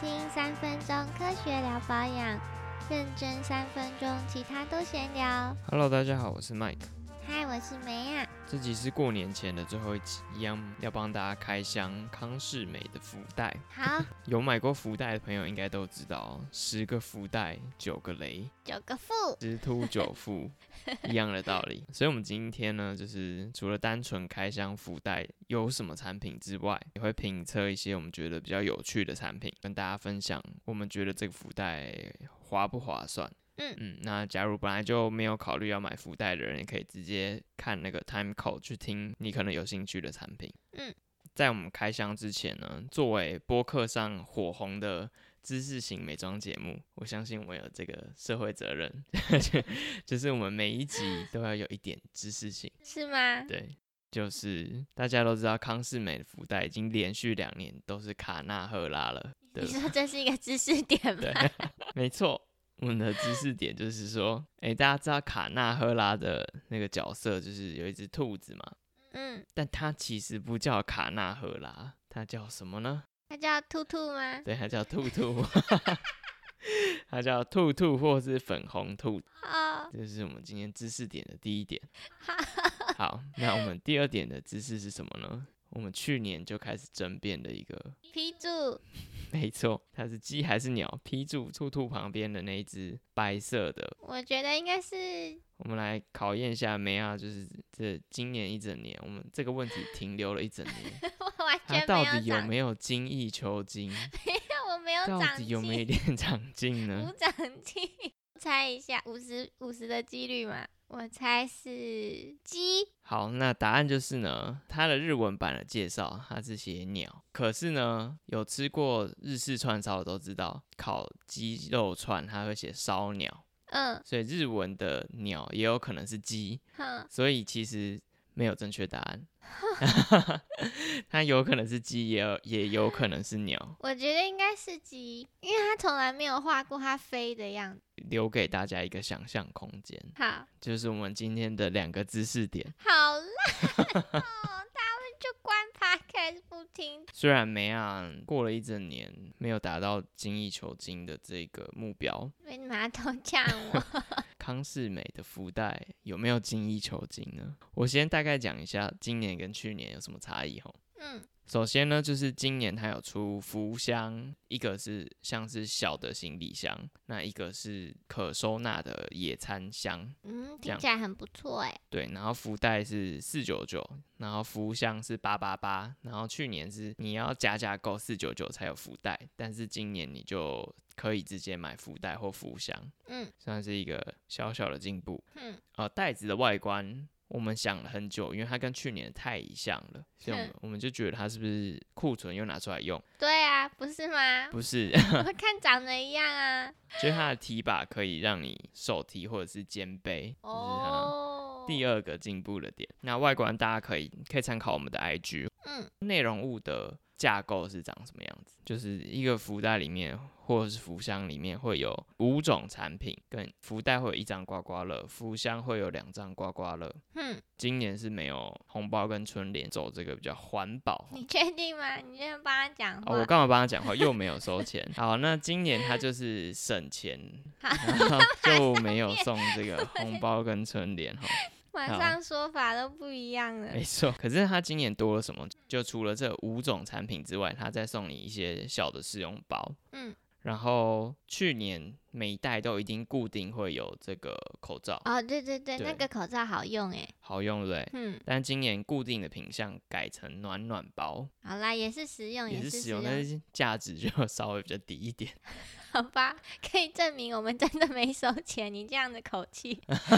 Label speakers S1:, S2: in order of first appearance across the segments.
S1: 听三分钟科学聊保养，认真三分钟，其他都闲聊。
S2: Hello，大家好，我是 Mike。
S1: 嗨，我是梅亚。
S2: 这集是过年前的最后一集，一样要帮大家开箱康士美的福袋。
S1: 好，
S2: 有买过福袋的朋友应该都知道，哦十个福袋九个雷，
S1: 九个负。
S2: 十突 九富，一样的道理。所以，我们今天呢，就是除了单纯开箱福袋有什么产品之外，也会评测一些我们觉得比较有趣的产品，跟大家分享我们觉得这个福袋划不划算。
S1: 嗯
S2: 嗯，那假如本来就没有考虑要买福袋的人，也可以直接看那个 time code 去听你可能有兴趣的产品。
S1: 嗯，
S2: 在我们开箱之前呢，作为播客上火红的知识型美妆节目，我相信我们有这个社会责任，就是我们每一集都要有一点知识性。
S1: 是吗？
S2: 对，就是大家都知道康士美的福袋已经连续两年都是卡纳赫拉了，对
S1: 你
S2: 吧？
S1: 说这是一个知识点
S2: 对
S1: 吗？，
S2: 没错。我们的知识点就是说，哎、大家知道卡纳赫拉的那个角色就是有一只兔子嘛，
S1: 嗯，
S2: 但它其实不叫卡纳赫拉，它叫什么呢？
S1: 它叫兔兔吗？
S2: 对，它叫兔兔， 它叫兔兔或是粉红兔，
S1: 哦，
S2: 这是我们今天知识点的第一点。
S1: 好，
S2: 好，那我们第二点的知识是什么呢？我们去年就开始争辩的一个，
S1: 批注。
S2: 没错，它是鸡还是鸟？批注兔兔旁边的那一只白色的，
S1: 我觉得应该是
S2: 我们来考验一下梅亚，就是这今年一整年，我们这个问题停留了一 整年，
S1: 我完
S2: 它
S1: 全没
S2: 到
S1: 有
S2: 底有
S1: 长，
S2: 没有精益求 精？
S1: 我没有
S2: 到
S1: 长
S2: 底
S1: 进，
S2: 有没有一点 长进
S1: 无
S2: 呢？
S1: 长进。猜一下，五十五十的几率嘛？我猜是鸡。
S2: 好，那答案就是呢，它的日文版的介绍它是写鸟，可是呢，有吃过日式串烧的都知道，烤鸡肉串它会写烧鸟，
S1: 嗯，
S2: 所以日文的鸟也有可能是鸡，
S1: 哼，
S2: 所以其实没有正确答案， 它有可能是鸡，也有也有可能是鸟，
S1: 我觉得应该是鸡，因为它从来没有画过它飞的样子。
S2: 留给大家一个想象空间，
S1: 好，
S2: 就是我们今天的两个知识点。
S1: 好烂哦！他们就关 podcast 不听。
S2: 虽然梅亚过了一整年没有达到精益求精的这个目标，
S1: 被马桶呛 我，
S2: 康世美的福袋有没有精益求精呢？我先大概讲一下今年跟去年有什么差异吼。
S1: 嗯
S2: 首先呢，就是今年它有出福箱，一个是像是小的行李箱，那一个是可收纳的野餐箱，
S1: 嗯，
S2: 这
S1: 听
S2: 样
S1: 起来很不错哎。
S2: 对，然后福袋是四九九，然后福箱是八八八，然后去年是你要加价购四九九才有福袋，但是今年你就可以直接买福袋或福箱，
S1: 嗯
S2: 算是一个小小的进步。
S1: 哼，
S2: 呃，袋子的外观我们想了很久，因为它跟去年的太像了，所以我们
S1: 嗯
S2: 我们就觉得它是不是库存又拿出来用？
S1: 对啊，不是吗？
S2: 不是，
S1: 我看长得一样啊。
S2: 就是它的提把可以让你手提或者是肩背，就是它
S1: 哦，
S2: 第二个进步的点。那外观大家可以可以参考我们的 IG，
S1: 嗯
S2: 内容物的架构是长什么样子？就是一个福袋里面或者是福箱里面会有五种产品，跟福袋会有一张刮刮乐，福箱会有两张刮刮乐。
S1: 哼，
S2: 今年是没有红包跟春联，走这个比较环保。
S1: 你确定吗？你这样帮他讲话，
S2: 哦，我干嘛帮他讲话？又没有收钱。好，那今年他就是 省钱，然后就没有送这个红包跟春联 哈。
S1: 晚
S2: 好哎
S1: 上说法都不一样了。
S2: 没错，可是他今年多了什么？就除了这五种产品之外，他再送你一些小的试用包。
S1: 嗯，
S2: 然后去年每一代都一定固定会有这个口罩，
S1: 哦，对对对，
S2: 对
S1: 那个口罩好用哎。
S2: 好用对不对？
S1: 嗯，
S2: 但今年固定的品相改成暖暖包，
S1: 好啦，也是实用，
S2: 嗯也是
S1: 是
S2: 使用，但是价值就 稍微比较低一点。
S1: 好吧，可以证明我们真的没收钱。你这样的口气，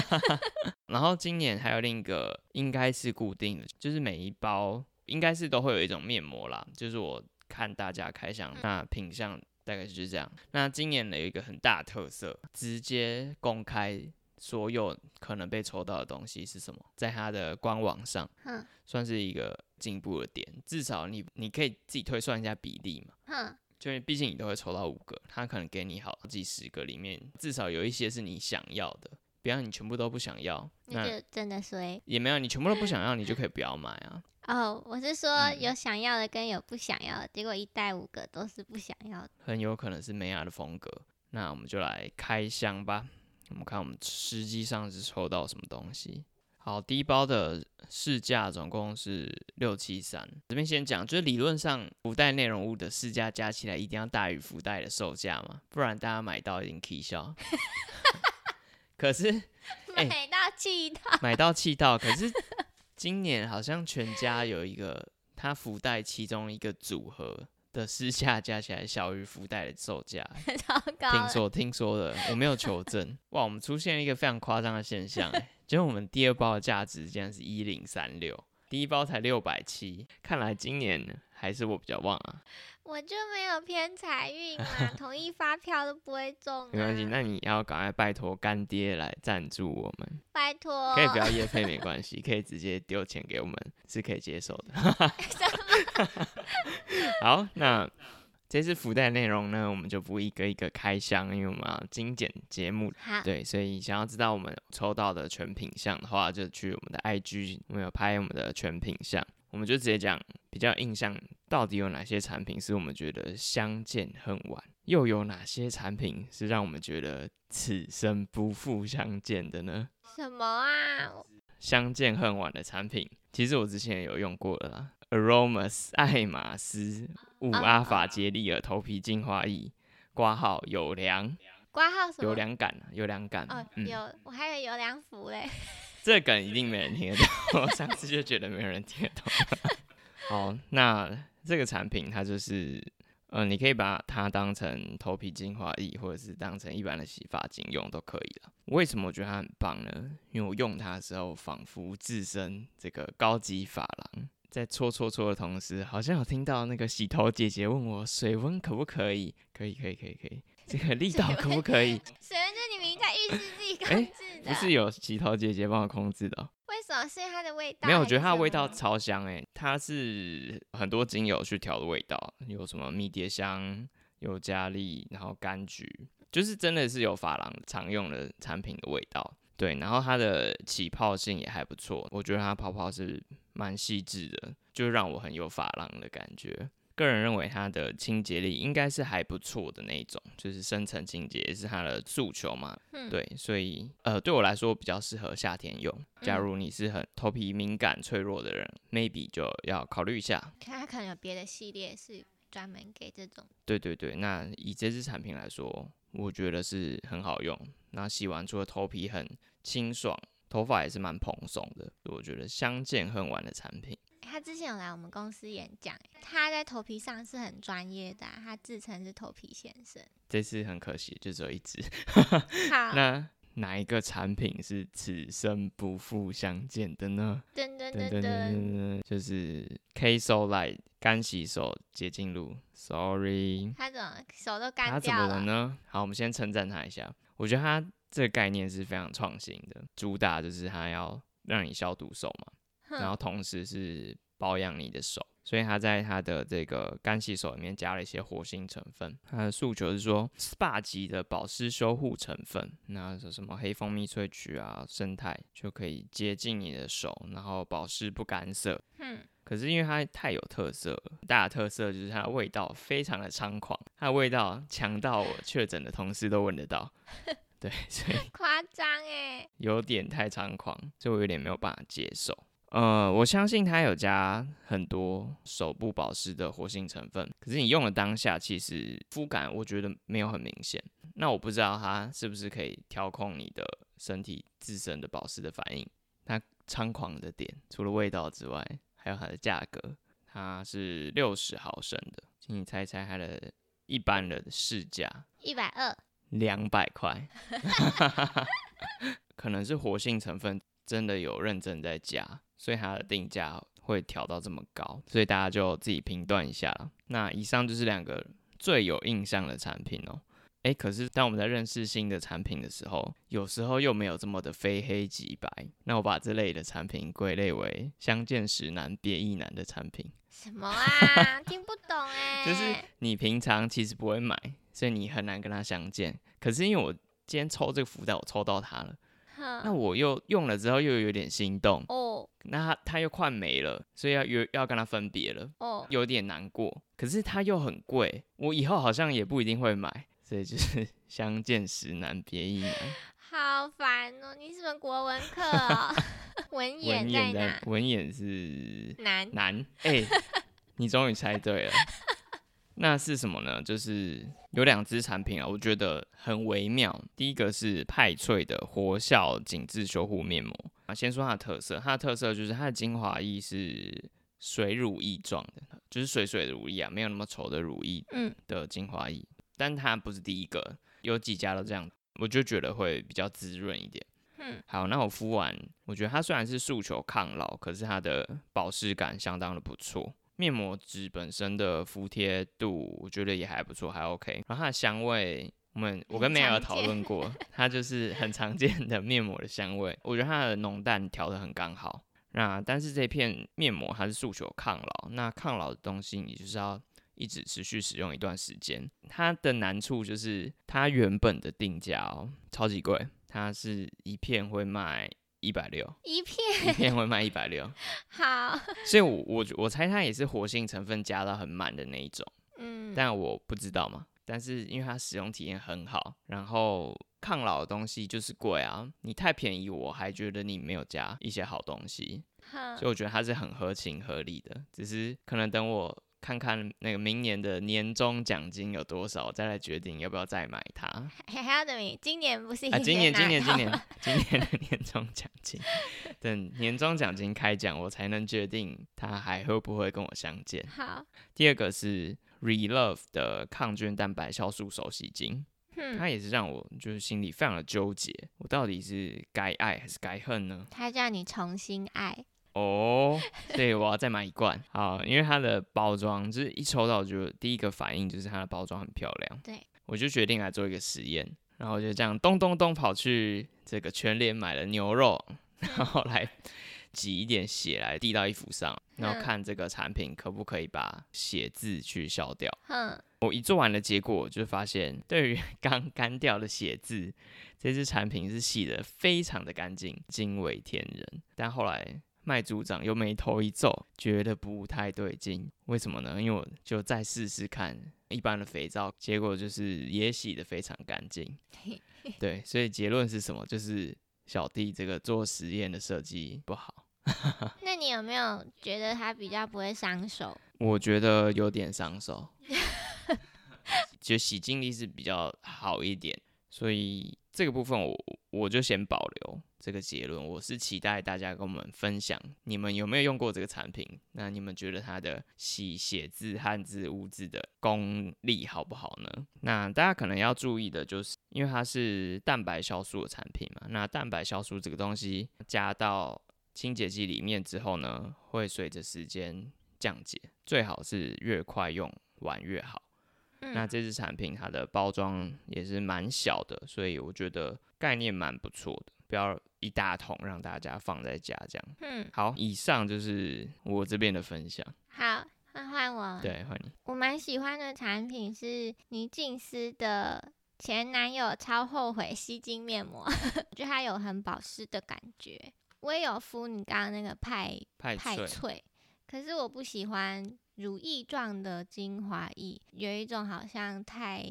S2: 然后今年还有另一个应该是固定的，就是每一包应该是都会有一种面膜啦，就是我看大家开箱那品相大概就是这样。那今年的有一个很大的特色，直接公开所有可能被抽到的东西是什么，在它的官网上
S1: 哼
S2: 算是一个进步的点，至少你你可以自己推算一下比例嘛。
S1: 哼，
S2: 就是毕竟你都会抽到五个，他可能给你好几十个，里面至少有一些是你想要的，不要你全部都不想要，
S1: 那
S2: 那
S1: 就真的衰
S2: 也没有你全部都不想要，你就可以不要买啊。
S1: 哦。我是说
S2: 嗯
S1: 有想要的跟有不想要的，结果一袋五个都是不想要的。
S2: 很有可能是美亚的风格。那我们就来开箱吧，我们看我们实际上是抽到什么东西。好，第一包的市价总共是六七三。这边先讲，就是理论上福袋内容物的市价加起来一定要大于福袋的售价嘛，不然大家买到一定 K 笑。 可是哎
S1: 买到气到，
S2: 买到气到，可是今年好像全家有一个，它福袋其中一个组合的市价加起来小于福袋的售价，
S1: 糟糕
S2: 听
S1: 了，
S2: 说听说的，我没有求证。哇，我们出现了一个非常夸张的现象、欸，就是我们第二包的价值竟然是一零三六，第一包才六百七，看来今年还是我比较旺啊。
S1: 我就没有偏财运 嘛，同一发票都不会中、啊。
S2: 没关系，那你要赶快拜托干爹来赞助我们，
S1: 拜托，
S2: 可以不要夜配没关系，可以直接丢钱给我们是可以接受的。 好，那。这次福袋内容呢，我们就不一个一个开箱，因为我们要精简节目
S1: 好，
S2: 对，所以想要知道我们抽到的全品相的话，就去我们的 IG，我们有拍我们的全品相，我们就直接讲比较印象到底有哪些产品是我们觉得相见恨晚，又有哪些产品是让我们觉得此生不复相见的呢？
S1: 什么啊？我
S2: 相见恨晚的产品，其实我之前也有用过了啦，Aromas 爱马仕、五
S1: 啊
S2: 阿法杰利尔头皮精华液，挂号有凉，
S1: 挂号什么？
S2: 有凉感，啊有凉感，
S1: 哦，
S2: 嗯。
S1: 有，我还有有良福嘞。
S2: 这梗一定没人听得懂，我上次就觉得没有人听得懂。 好，那这个产品它就是，呃，你可以把它当成头皮精华液，或者是当成一般的洗发精用都可以了。为什么我觉得它很棒呢？因为我用它的时候，仿佛置身这个高级发廊。在搓搓搓的同时，好像有听到那个洗头姐姐问我水温可不可以？可以，可以，可以，可以。这个力道可不可以？
S1: 水温就你明明在预示自己控
S2: 哎
S1: 制的，
S2: 不是有洗头姐姐帮我控制的哦、
S1: 为什么是它的味道？
S2: 没有，我觉得它的味
S1: 还
S2: 道
S1: 是什么
S2: 超香诶、它是很多精油去调的味道，有什么迷迭香、尤加利，然后柑橘，就是真的是有法郎常用的产品的味道。对，然后它的起泡性也还不错，我觉得它泡泡是蛮细致的，就让我很有法郎的感觉。个人认为它的清洁力应该是还不错的那一种，就是深层清洁也是它的诉求嘛，
S1: 嗯
S2: 对，所以呃，对我来说比较适合夏天用。假
S1: 嗯
S2: 如你是很头皮敏感、脆弱的人，maybe 就要考虑一下。
S1: 看它可能有别的系列是专门给这种。
S2: 对对对，那以这支产品来说，我觉得是很好用。那洗完除了头皮很清爽，头发也是蛮蓬松的，我觉得相见恨晚的产品。
S1: 他之前有来我们公司演讲，他在头皮上是很专业的啊、他自称是头皮先生。
S2: 这次很可惜，就只有一支。
S1: 好，
S2: 那哪一个产品是此生不复相见的呢？
S1: 噔噔噔
S2: 噔噔
S1: 噔，
S2: 噔噔噔，就是 K s o Light 干洗手洁净露，Sorry，
S1: 他怎么手都
S2: 它
S1: 干
S2: 怎
S1: 掉
S2: 么了
S1: 了？
S2: 呢？好，我们先称赞它一下，我觉得它这个概念是非常创新的，主打就是它要让你消毒手嘛，然后
S1: 哼，
S2: 同时是保养你的手，所以它在它的这个干洗手里面加了一些活性成分。它的诉求是说 SPA 级的保湿修护成分，那是什么黑蜂蜜萃取啊、生态就可以接近你的手，然后保湿不干涩。
S1: 哼，
S2: 可是因为它太有特色了，大的特色就是它的味道非常的猖狂，它的味道强到我确诊的同事都闻得到， 对，所以
S1: 夸张哎，
S2: 有点太猖狂，所以我有点没有办法接受。呃，我相信它有加很多手部保湿的活性成分，可是你用了当下，其实肤感我觉得没有很明显。那我不知道它是不是可以调控你的身体自身的保湿的反应。它猖狂的点，除了味道之外，还有它的价格，它是六十毫升的，请你猜猜它的一般的市价
S1: 一百二，
S2: 两百块， 可能是活性成分真的有认真在加，所以它的定价会调到这么高，所以大家就自己评断一下啦。那以上就是两个最有印象的产品哦、诶，可是当我们在认识新的产品的时候，有时候又没有这么的非黑即白。那我把这类的产品归类为相见时难别亦难的产品。
S1: 什么啊？ 听不懂哎，
S2: 就是你平常其实不会买，所以你很难跟它相见。可是因为我今天抽这个福袋，我抽到它了，
S1: 哼，
S2: 那我又用了之后又有点心动，
S1: 哦
S2: 那它它又快没了，所以要约要跟它分别了，
S1: 哦，
S2: 有点难过。可是它又很贵，我以后好像也不一定会买，所以就是 相见时难别亦难。
S1: 好烦哦！你什么国文课、 哦？文
S2: 文
S1: 眼
S2: 眼
S1: 哪？
S2: 文眼是
S1: 难
S2: 难哎、 你终于猜对了。那是什么呢？就是有两支产品啊，我觉得很微妙。第一个是派翠的活效紧致修护面膜啊，先说它的特色，它的特色就是它的精华液是水乳液状的，就是水水的乳液啊，没有那么稠的乳液
S1: 嗯
S2: 的精华液，但它不是第一个，有几家都这样，我就觉得会比较滋润一点。
S1: 哼，
S2: 好，那我敷完，我觉得它虽然是诉求抗老，可是它的保湿感相当的不错。面膜纸本身的服帖度，我觉得也还不错，还 OK。然后它的香味，我们我跟
S1: 很
S2: 梅尔
S1: 常
S2: 讨
S1: 见
S2: 论过， 它就是很常见的面膜的香味。我觉得它的浓淡调的很刚好。那但是这片面膜它是诉求抗老，那抗老的东西你就是要一直持续使用一段时间。它的难处就是它原本的定价哦，超级贵，它是一片会卖一百六，
S1: 一片
S2: 一片会卖一百六，
S1: 好，
S2: 所以我我我猜它也是活性成分加到很满的那一种，
S1: 嗯，
S2: 但我不知道嘛。但是因为它使用体验很好，然后抗老的东西就是贵啊，你太便宜我还觉得你没有加一些好东西，
S1: 哼
S2: 所以我觉得它是很合情合理的，只是可能等我看看那个明年的年终奖金有多少，再来决定要不要再买它。啊，
S1: 还还要等你今年不是已
S2: 今
S1: 经
S2: 年
S1: 拿
S2: 今年
S1: 到
S2: 今年
S1: 了
S2: 今年的年终奖金， 等年终奖金开奖，我才能决定它还会不会跟我相见。
S1: 好，
S2: 第二个是 Relove 的抗菌蛋白酵素手洗巾，
S1: 嗯，
S2: 它也是让我就是心里非常的纠结，我到底是该爱还是该恨呢？
S1: 他叫你重新爱，
S2: 哦，所以我要再买一罐。好，因为它的包装就是一抽到就第一个反应就是它的包装很漂亮，
S1: 对，
S2: 我就决定来做一个实验，然后我就这样咚咚咚跑去这个全联买了牛肉，然后
S1: 嗯
S2: 来挤一点血来滴到衣服上，然后
S1: 嗯
S2: 看这个产品可不可以把血渍去消掉。
S1: 哼，
S2: 我一做完的结果，我就发现对于 刚干掉的血渍，这支产品是洗得非常的干净，惊为天人。但后来卖组长又眉头一皱，觉得不太对劲。为什么呢？因为我就再试试看一般的肥皂，结果就是也洗得非常干净。对，所以结论是什么？就是小弟这个做实验的设计不好。
S1: 那你有没有觉得他比较不会伤手？
S2: 我觉得有点伤手， 就洗净力是比较好一点，所以这个部分我我就先保留这个结论。我是期待大家跟我们分享，你们有没有用过这个产品？那你们觉得它的洗写字、汉字、污字的功力好不好呢？那大家可能要注意的就是，因为它是蛋白酵素的产品嘛，那蛋白酵素这个东西加到清洁剂里面之后呢，会随着时间降解，最好是越快用完越好。那
S1: 嗯，
S2: 这支产品它的包装也是蛮小的，所以我觉得概念蛮不错的，不要一大桶让大家放在家这样。
S1: 嗯，
S2: 好，以上就是我这边的分享。
S1: 好，那换我。
S2: 对，欢迎。
S1: 我蛮喜欢的产品是倪静思的前男友超后悔吸睛面膜， 我觉得它有很保湿的感觉。我也有敷你刚刚那个派
S2: 派
S1: 派
S2: 翠，
S1: 翠，可是我不喜欢乳液状的精华液，有一种好像太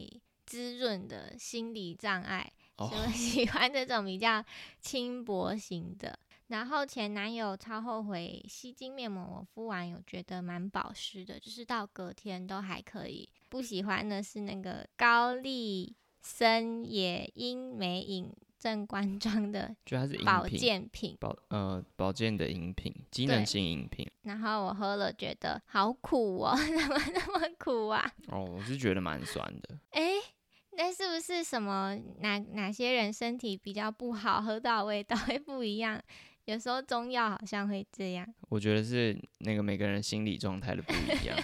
S1: 滋润的心理障碍，
S2: 哦
S1: 所以我喜欢这种比较轻薄型的。然后前男友超后悔吸睛面膜，我敷完有觉得蛮保湿的，就是到隔天都还可以。不喜欢的是那个高丽参野樱美饮正官 庄的
S2: 就它是饮
S1: 保
S2: 品，
S1: 健品，
S2: 保呃保健的饮品，机
S1: 对
S2: 能性饮品。
S1: 然后我喝了，觉得好苦哦， 怎么那么苦啊？
S2: 哦，我是觉得蛮酸的。
S1: 诶，那是不是什么哪哪些人身体比较不好，喝到的味道会不一样？有时候中药好像会这样。
S2: 我觉得是那个每个人心理状态的不 一样，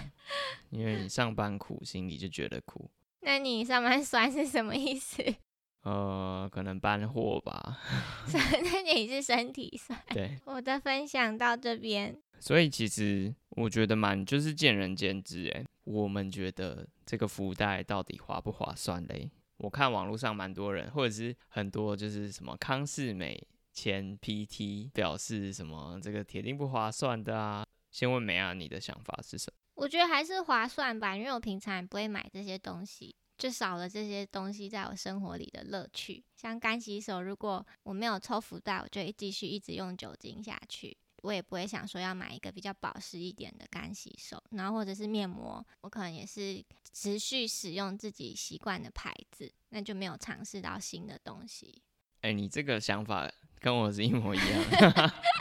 S2: 因为你上班苦，心里就觉得苦。
S1: 那你上班 酸是什么意思？
S2: 呃，可能搬货吧，
S1: 酸那你是身体酸。
S2: 对，
S1: 我的分享到这边，
S2: 所以其实我觉得蛮就是见仁见智哎。我们觉得这个福袋到底划不划算嘞？我看网络上蛮多人，或者是很多就是什么康士美前 PT 表示什么这个铁定不划算的啊。先问梅亚，你的想法是什么？
S1: 我觉得还是划算吧，因为我平常也不会买这些东西，就少了这些东西在我生活里的乐趣。像干洗手，如果我没有抽福袋，我就会继续一直用酒精下去，我也不会想说要买一个比较保湿一点的干洗手。然后或者是面膜，我可能也是持续使用自己习惯的牌子，那就没有尝试到新的东西。
S2: 哎、你这个想法跟我是一模一样。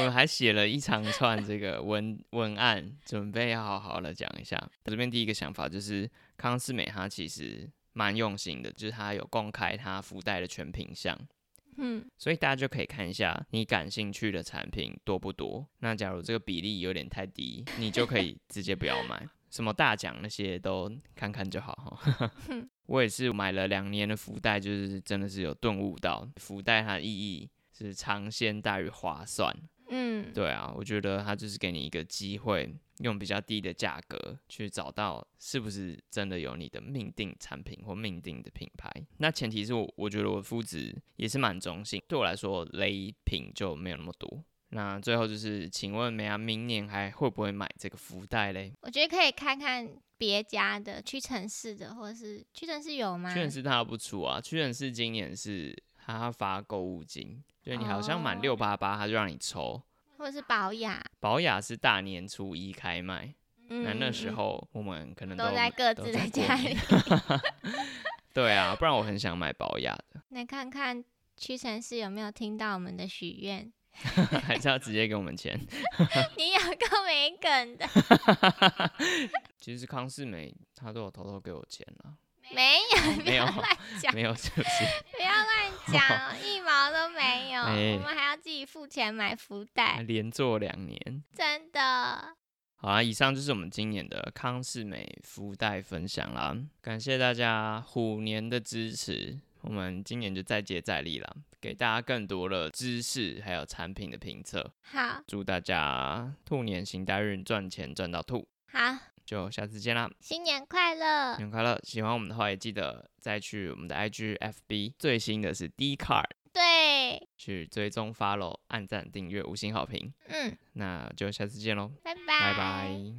S2: 我还写了一长串这个文文案，准备要好好的讲一下。我这边第一个想法就是，康斯美它其实蛮用心的，就是它有公开它福袋的全品项，
S1: 嗯，
S2: 所以大家就可以看一下你感兴趣的产品多不多。那假如这个比例有点太低，你就可以直接不要买。什么大奖那些都看看就好哈。我也是买了两年的福袋，就是真的是有顿悟到福袋它的意义是尝鲜大于划算。
S1: 嗯，
S2: 对啊，我觉得它就是给你一个机会，用比较低的价格去找到是不是真的有你的命定产品或命定的品牌。那前提是我我觉得我肤质也是蛮中性，对我来说雷品就没有那么多。那最后就是，请问梅亚明年还会不会买这个福袋嘞？
S1: 我觉得可以看看别家的屈臣氏的，或者是屈臣氏有吗？
S2: 屈臣氏它不出啊，屈臣氏今年是它发购物金，就是你好像满
S1: 哦
S2: 六八八，它就让你抽。
S1: 或者是保养，
S2: 宝雅是大年初一开卖，那
S1: 嗯，
S2: 那时候我们可能
S1: 都在各
S2: 都
S1: 自
S2: 在
S1: 的
S2: 过
S1: 家
S2: 年
S1: 里。
S2: 对啊，不然我很想买保雅的，
S1: 来看看屈臣氏有没有听到我们的许愿。
S2: 还是要直接给我们钱。
S1: 你有个没梗的，
S2: 其实康世美她都有偷偷给我钱了，
S1: 没有，不
S2: 没有
S1: 要乱讲，
S2: 没有是不是？
S1: 不要乱 讲哦，一毛都没有。
S2: 哎
S1: 我们还要自己付钱买福
S2: 还
S1: 袋，
S2: 连做两年。
S1: 真的。
S2: 好啦，以上就是我们今年的康世美福袋分享啦，感谢大家虎年的支持，我们今年就再接再厉啦，给大家更多的知识还有产品的评测，
S1: 好
S2: 祝大家兔年行大运，赚钱赚到吐，
S1: 好，
S2: 就下次见啦。
S1: 新年快乐
S2: 新！年快乐！喜欢我们的话，也记得再去我们的 IG、FB，最新的是 D Card
S1: 对，
S2: 去追踪、follow、按赞、订阅、五星好评。
S1: 嗯，
S2: 那就下次见喽，
S1: 拜拜，
S2: 拜拜。